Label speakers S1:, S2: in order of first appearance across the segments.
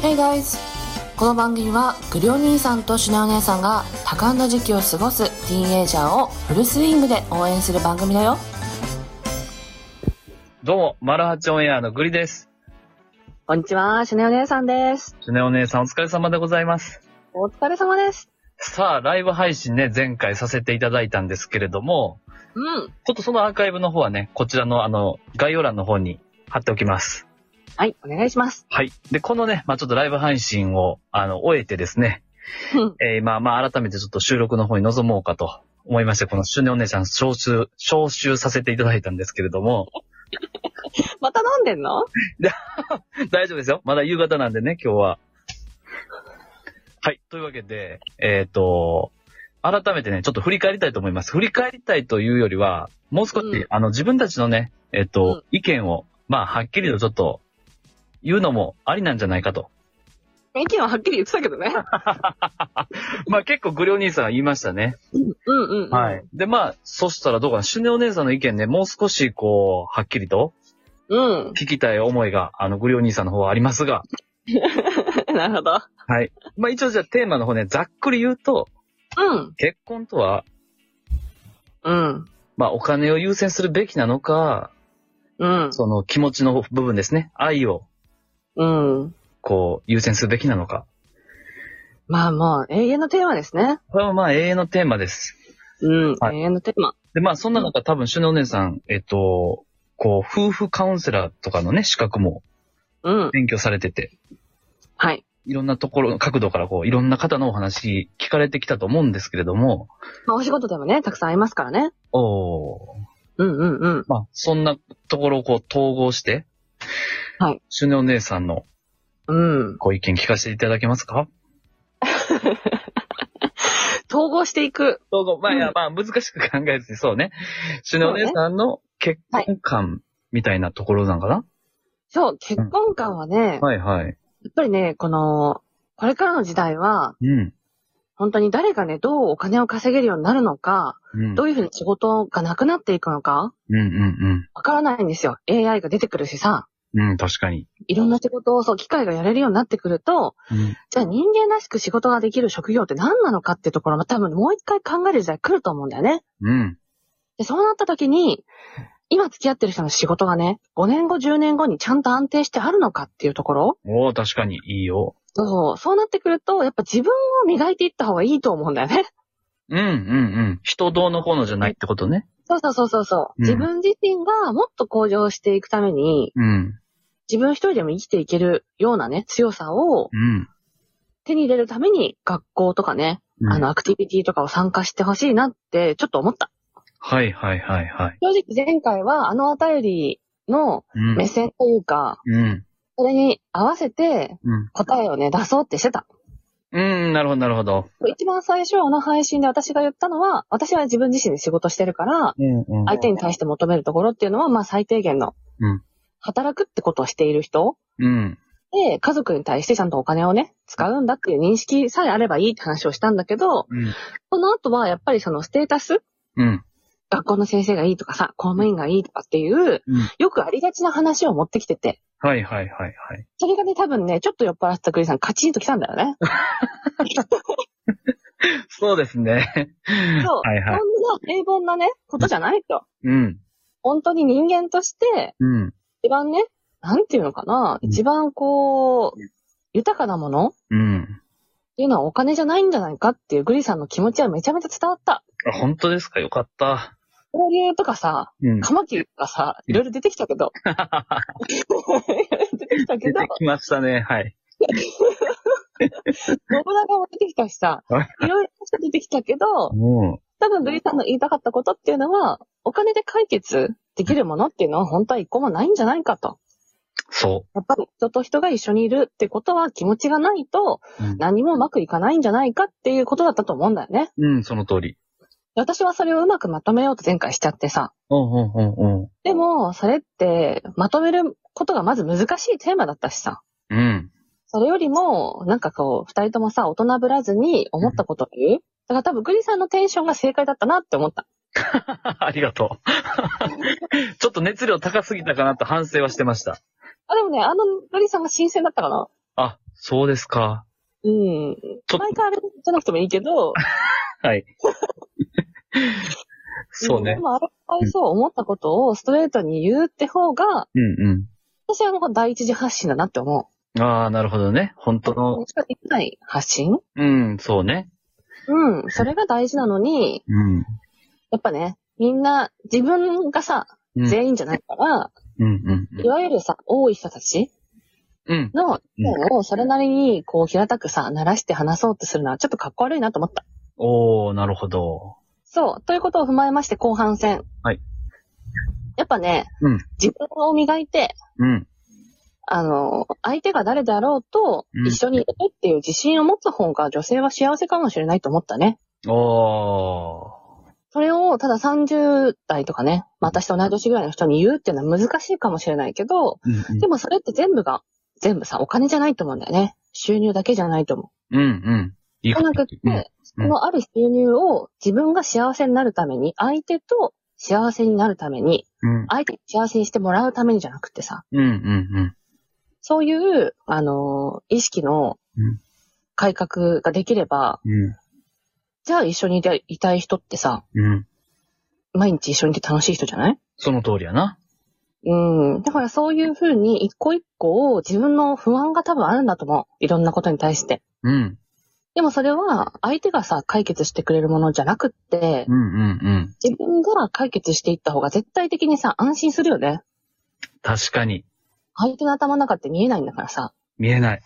S1: Hey guys! この番組はグリオ兄さんとシュネお姉さんが多感な時期を過ごすティーンエイジャーをフルスイングで応援する番組だよ
S2: どうも、マルハチオンエアのグリです。
S1: こんにちは、シュネお姉さんです
S2: ジュネお姉さんお疲れ様でございます。
S1: お疲れ様です
S2: さあ、ライブ配信ね、前回させていただいたんですけれども、
S1: うん
S2: ちょっとそのアーカイブの方はね、こちらのあの、概要欄の方に貼っておきます。
S1: はい、お願いします
S2: はい。で、このね、まあちょっとライブ配信を、あの、終えてですね、
S1: うん
S2: えーまあまあ改めてちょっと収録の方に臨もうかと思いまして、このシュネお姉さん招集、招集させていただいたんですけれども、
S1: また飲んでんの
S2: 大丈夫ですよ。まだ夕方なんでね、今日は。はい。というわけで、えっ、と、改めてね、ちょっと振り返りたいと思います。振り返りたいというよりは、もう少し、
S1: うん
S2: あの、自分たちのね、えっ、と、
S1: うん
S2: 意見を、まあ、はっきりとちょっと、言うのもありなんじゃないかと。
S1: 意見ははっきり言ってたけどね
S2: まあ、結構、グリョ兄さんは言いましたね。
S1: うんうん、うん、
S2: はい。で、まあ、そしたらどうかな。シュネお姉さんの意見ね、もう少し、こう、はっきりと
S1: うん
S2: 聞きたい思いが、あの、グリョ兄さんの方はありますが、
S1: なるほど
S2: はい。まあ、一応じゃあテーマの方ね、ざっくり言うと、
S1: うん
S2: 結婚とは、
S1: うん
S2: まあ、お金を優先するべきなのか、
S1: うん
S2: その気持ちの部分ですね。愛を、
S1: うん
S2: こう、優先するべきなのか。
S1: まあもう永遠のテーマですね
S2: これはまあ、永遠のテーマです。
S1: うん、
S2: はい
S1: 永遠のテーマ
S2: で、まあ、そんな中、多分、シュネお姉さん、えっと、こう、夫婦カウンセラーとかのね、資格も
S1: うん
S2: 勉強されてて、
S1: はい
S2: いろんなところ、角度からこう、いろんな方のお話聞かれてきたと思うんですけれども、
S1: まあお仕事でもねたくさん会いますからね
S2: おー、
S1: うんうんうん
S2: まあ、そんなところをこう、統合して、
S1: はい。
S2: シュネお姉さんの
S1: うん
S2: ご意見聞かせていただけますか
S1: 統合していく
S2: 統合、まあ、
S1: うん
S2: いや、まあ、難しく考えずに、そうね。シュネお姉さんの結婚観みたいなところなんかな、
S1: そう、結婚観はね、
S2: はい、はい。
S1: やっぱりね、この、これからの時代は、
S2: うん。
S1: 本当に誰がね、どうお金を稼げるようになるのか、
S2: うん。
S1: どういうふうに仕事がなくなっていくのか、
S2: うんうん
S1: わからないんですよ。AI が出てくるしさ、
S2: うん。うん、確かに。
S1: いろんな仕事をそう、機械がやれるようになってくると、
S2: うん。
S1: じゃあ人間らしく仕事ができる職業って何なのかっていうところも多分もう一回考える時代来ると思うんだよね。
S2: うん。
S1: で、そうなった時に、今付き合ってる人の仕事がね、5年後、10年後にちゃんと安定してあるのかっていうところ
S2: おー、確かに。いいよ。
S1: そう、そうなってくると、やっぱ自分を磨いていった方がいいと思うんだよね。
S2: うんうんうん。人どうのこうのじゃないってことね。
S1: そうそうそうそうそう。
S2: うん
S1: 自分自身がもっと向上していくために、
S2: うん。
S1: 自分一人でも生きていけるようなね、強さを
S2: うん。
S1: 手に入れるために、学校とかね、
S2: うん
S1: あの、アクティビティとかを参加してほしいなって、ちょっと思った。
S2: はいはいはいはい。
S1: 正直前回は、あのあたりの
S2: うん
S1: 目。線というか、
S2: うん。
S1: それに合わせて
S2: うん。
S1: 答えをね、出そうってしてた。
S2: うん、なるほどなるほど。
S1: 一番最初、あの配信で私が言ったのは、私は自分自身で仕事してるから、
S2: うんうん。
S1: 相手に対して求めるところっていうのは、まあ最低限の
S2: うん、
S1: 働くってことをしている人
S2: うん。
S1: で、家族に対してちゃんとお金をね、使うんだっていう認識さえあればいいって話をしたんだけど、
S2: うん。
S1: その後はやっぱりそのステータス、
S2: うん。
S1: 学校の先生がいいとかさ、公務員がいいとかっていう、
S2: うん
S1: よくありがちな話を持ってきてて、
S2: はいはいはいはい。
S1: それがね、多分ね、ちょっと酔っ払ってたクリさん、カチンと来たんだよ ね。
S2: そうですね。
S1: そう。
S2: はいはい
S1: そ。んな平凡なね、ことじゃないと。
S2: うん。
S1: 本当に人間として、
S2: うん。
S1: 一番ね、なんていうのかな、
S2: うん
S1: 一番こう、豊かなものっ
S2: うん。
S1: ていうのはお金じゃないんじゃないかっていうグリさんの気持ちはめちゃめちゃ伝わった。
S2: あ本当ですかよかった。
S1: 交流とかさ、
S2: うん。
S1: カマキリとかさ、
S2: うん
S1: いろいろ出てきたけど。 出てきたけ
S2: 出
S1: ど、
S2: てきましたね。はい。
S1: 信長も出てきたしさ、いろいろ出てきたけど、
S2: も
S1: 多分グリさんの言いたかったことっていうのは、お金で解決できるものっていうのは本当は一個もないんじゃないかと。
S2: う、そ
S1: やっぱり人と人が一緒にいるってことは気持ちがないと
S2: うん
S1: 何もうまくいかないんじゃないかっていうことだったと思うんだよね。
S2: う。うん、その通り。
S1: 私はそれをうまくまとめようと前回しちゃってさ。
S2: うん、うん、うん、
S1: でも、それってまとめることがまず難しいテーマだったしさ。
S2: うん。うん。
S1: それよりも、なんかこう、二人ともさ、大人ぶらずに思ったことを言う。だから多分、グリさんのテンションが正解だったなって思った。
S2: ありがとう。 ちょっと熱量高すぎたかなと反省はしてました。
S1: あ、でもね、あのグリさんが新鮮だったかな。
S2: あ、そうですか。
S1: うん。
S2: ちょ
S1: 毎回あれじゃなくてもいいけど、
S2: はい。 そう
S1: で
S2: ね。
S1: も、あらかいそう思ったことをストレートに言うって方が、
S2: うん
S1: 私はもう第一次発信だなって思
S2: うん。ああ、なるほどね。本当
S1: う。
S2: の
S1: も、しかできない発信
S2: うん、そうね。
S1: うん。それが大事なのに、
S2: うん。
S1: やっぱね、みんな自分がさ、
S2: うん
S1: 全員じゃないから、
S2: うん、うん
S1: いわゆるさ、多い人たち
S2: うん。うん。
S1: の意見をそれなりにこう平たくさ、鳴らして話そうとするのはちょっとかっこ悪いなと思った。
S2: おー、なるほど。
S1: そう。ということを踏まえまして後半戦。
S2: はい。
S1: やっぱね、
S2: うん
S1: 自分を磨いて、
S2: うん。
S1: あの、相手が誰であろうと
S2: うん
S1: 一緒にいるっていう自信を持つ方が女性は幸せかもしれないと思ったね。
S2: おー。
S1: それをただ30代とかね、まあ私と同い年ぐらいの人に言うっていうのは難しいかもしれないけど、
S2: うんうん
S1: でもそれって全部が、全部さ、お金じゃないと思うんだよね。収入だけじゃないと思。
S2: うんうん。いう
S1: じ
S2: い
S1: ゃなくて、
S2: うん
S1: そのある収入を自分が幸せになるために、相手と幸せになるために、
S2: うん
S1: 相手に幸せにしてもらうためにじゃなくてさ、
S2: うんうん
S1: そういう、あのー意識の
S2: うん
S1: 改革ができれば、
S2: うん。
S1: じゃあ一緒にいたいいたい人ってさ、
S2: うん。うん。
S1: 毎日一緒にいて楽しい人じゃない
S2: その通りやな。
S1: うん。だからそういうふうに一個一個を自分の不安が多分あるんだと思う。いろんなことに対して。
S2: うん。
S1: でもそれは相手がさ、解決してくれるものじゃなくって
S2: う、んうんうん。
S1: 自分が解決していった方が絶対的にさ、安心するよね。
S2: 確かに。
S1: 相手の頭の中って見えないんだからさ。
S2: 見えない。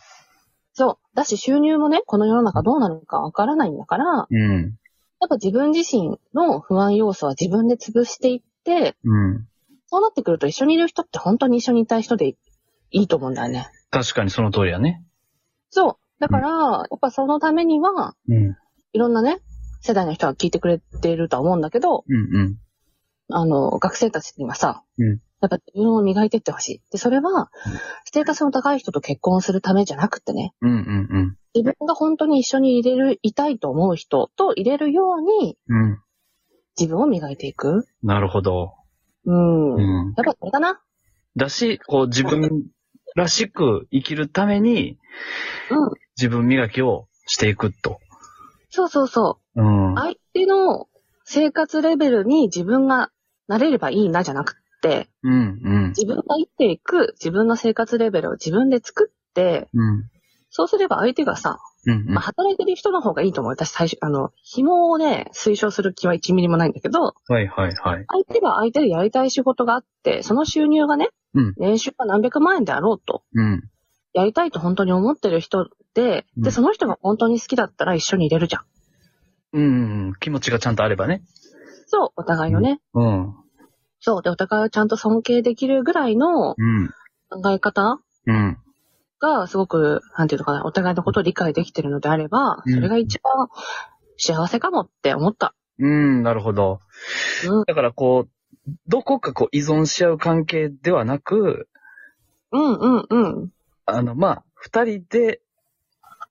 S1: そう。だし収入もね、この世の中どうなるかわからないんだから、
S2: うん。
S1: やっぱ自分自身の不安要素は自分で潰していって、
S2: うん。
S1: そうなってくると一緒にいる人って本当に一緒にいたい人でいいと思うんだよね。
S2: 確かにその通りやね。
S1: そう。だから、やっぱそのためには、
S2: うん。うん
S1: いろんなね、世代の人が聞いてくれているとは思うんだけど、
S2: うん。
S1: あの、学生たちにはさ、
S2: うん
S1: やっぱ自分を磨いていってほしい。で、それは、ステータスの高い人と結婚するためじゃなくてね、
S2: うんうん
S1: 自分が本当に一緒に入れる、いたいと思う人と入れるように
S2: うん。うん。
S1: 自分を磨いていく。
S2: なるほど。
S1: うん。
S2: う
S1: やっ
S2: ん。
S1: ぱこれだな。
S2: だし、こう自分らしく生きるために
S1: うん。
S2: 自分磨きをしていくと。
S1: そうそうそう。
S2: うん。
S1: 相手の生活レベルに自分がなれればいいなじゃなくって、
S2: うんうん。
S1: 自分が生きていく自分の生活レベルを自分で作って、
S2: うん。
S1: そうすれば相手がさ、
S2: うん
S1: まあ、働いてる人の方がいいと思う。私最初、あの、紐をね、推奨する気は1ミリもないんだけど、
S2: はいはいはい。
S1: 相手が相手でやりたい仕事があって、その収入がね、
S2: うん
S1: 年収が何百万円であろうと、
S2: うん。
S1: やりたいと本当に思ってる人で、
S2: うん
S1: で、その人が本当に好きだったら一緒に入れるじゃん。
S2: うんうん。気持ちがちゃんとあればね。
S1: そう、お互いのね、
S2: うん。
S1: そう。で、お互いをちゃんと尊敬できるぐらいの
S2: うん。
S1: 考え方
S2: うん。
S1: が、すごく、なんていうのかな、お互いのことを理解できてるのであれば、
S2: うん
S1: それが一番幸せかもって思った。
S2: うん。なるほど。
S1: うん。
S2: だからこう、どこかこう依存し合う関係ではなく、
S1: うんうんうん。
S2: あの、まあ、二人で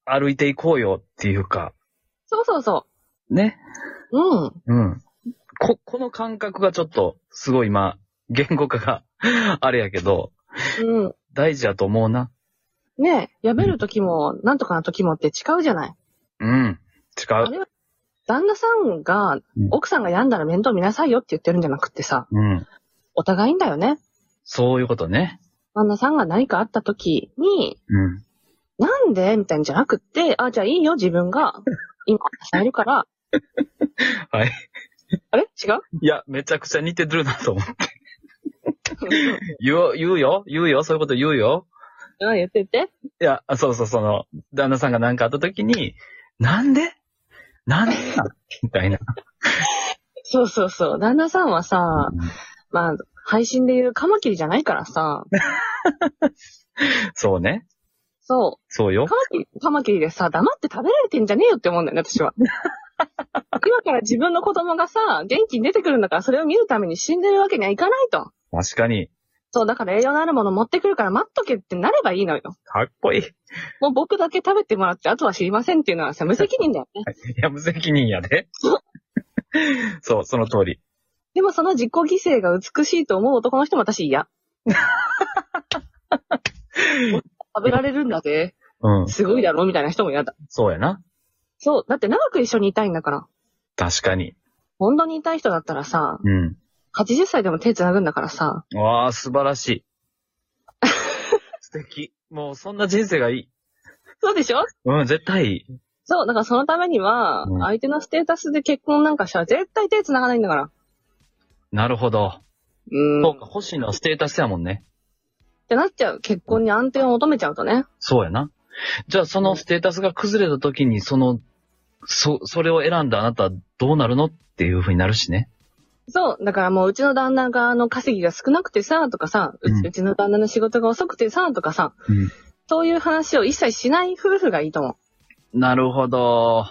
S2: 歩いていこうよっていうか、
S1: そうそうそ
S2: ね。
S1: う。うん。
S2: うん。こ、この感覚がちょっと、すごい今、言語化が、 あれやけど、
S1: うん。
S2: 大事やと思うな。
S1: ねえ、やめる時も、なんとかの時もって違うじゃない。
S2: うん。違
S1: あ
S2: う。
S1: れは、旦那さんが
S2: ん、
S1: 奥さんが病んだら面倒見なさいよって言ってるんじゃなくてさ、
S2: うん。
S1: お互いんだよね。
S2: そういうことね。
S1: 旦那さんが何かあった時に、
S2: うん。
S1: なんでみたいなんじゃなくって、あ、じゃあいいよ、自分 が。今、支えるから。
S2: はい。
S1: あれ違う
S2: いや、めちゃくちゃ似てるなと思う。言う、言うよ。言うよ。そういうこと言うよ。
S1: うん言って言って。
S2: いや、あそうそう、その、旦那さんが何かあった時に、なんでなんでなんみたいな。
S1: そうそうそう。旦那さんはさ、まあ、配信で言うカマキリじゃないからさ、
S2: そうね。
S1: そ
S2: そうよ
S1: う。。カマキリ、カマキリでさ、黙って食べられてんじゃねえよって思うんだよね、 私は。今から自分の子供がさ、元気に出てくるんだから、それを見るために死んでるわけにはいかないと。
S2: 確かに。
S1: そう、だから栄養のあるもの持ってくるから待っとけってなればいいのよ。
S2: かっこいい。い
S1: もう僕だけ食べてもらって、あとは知りませんっていうのはさ、無責任だよね。
S2: や、無責任やで。そう、その通り。
S1: でもその自己犠牲が美しいと思う 男の人も私嫌。食べられるんだぜ。
S2: うん。
S1: すごいだろみたいな人も嫌だ。
S2: そうやな。
S1: そう。だって長く一緒にいたいんだから。
S2: 確かに。
S1: 本当にいたい人だったらさ、
S2: うん。
S1: 80歳でも手繋ぐんだからさ、
S2: わあ、素晴らしい。素敵。もうそんな人生がいい。
S1: そうでしょ
S2: うん、絶対いい。
S1: そう、だからそのためには
S2: うん、
S1: 相手のステータスで結婚なんかしたら絶対手繋がないんだから。
S2: なるほど。
S1: う。
S2: そうん
S1: っ
S2: か、星野のステータスやもんね。
S1: てなっちゃう。結婚に安定を求めちゃうとね。
S2: そうやな。じゃあ、そのステータスが崩れた時に、その、そ、それを選んだあなたはどうなるのっていう風になるしね。
S1: そう、だからもううちの旦那があの稼ぎが少なくてさ、とかさ、うち,、
S2: う
S1: うんちの旦那の仕事が遅くてさ、とかさ、
S2: うん
S1: そういう話を一切しない夫婦がいいと思う。
S2: なるほど。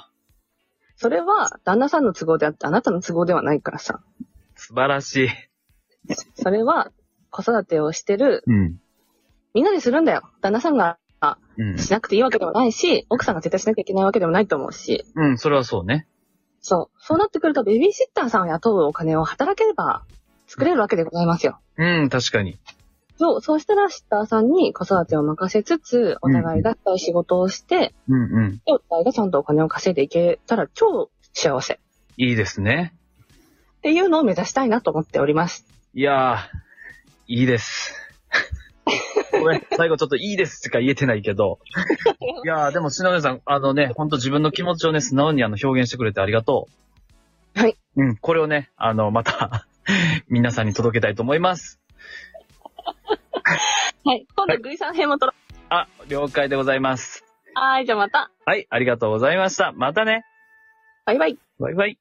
S1: それは旦那さんの都合であってあなたの都合ではないからさ。
S2: 素晴らしい。
S1: それは子育てをしてる、
S2: うん。
S1: みんなでするんだよ。旦那さんが
S2: うん。
S1: しなくていいわけでもないし、奥さんが絶対しなきゃいけないわけでもないと思うし、
S2: うん、それはそうね。
S1: そう。そうなってくると、ベビーシッターさんを雇うお金を働ければ、作れるわけでございますよ。
S2: うん、確かに。
S1: そう、そうしたらシッターさんに子育てを任せつつ、お互いがしたい仕事をして、
S2: うんうん。
S1: でお互いがちゃんとお金を稼いでいけたら超幸せ。
S2: いいですね。
S1: っていうのを目指したいなと思っております。
S2: いやー、いいです。ごめん、最後ちょっといいですしか言えてないけど。いやー、でも、篠宮さん、あのね、ほんと自分の気持ちをね、素直にあの表現してくれてありがとう。
S1: はい。
S2: うん、これをね、あの、また、 皆さんに届けたいと思います。
S1: はい。今度、グイさん編も撮ろう。
S2: あ、了解でございます。
S1: はい、じゃあまた。
S2: はい、ありがとうございました。またね。
S1: バイバイ。
S2: バイバイ。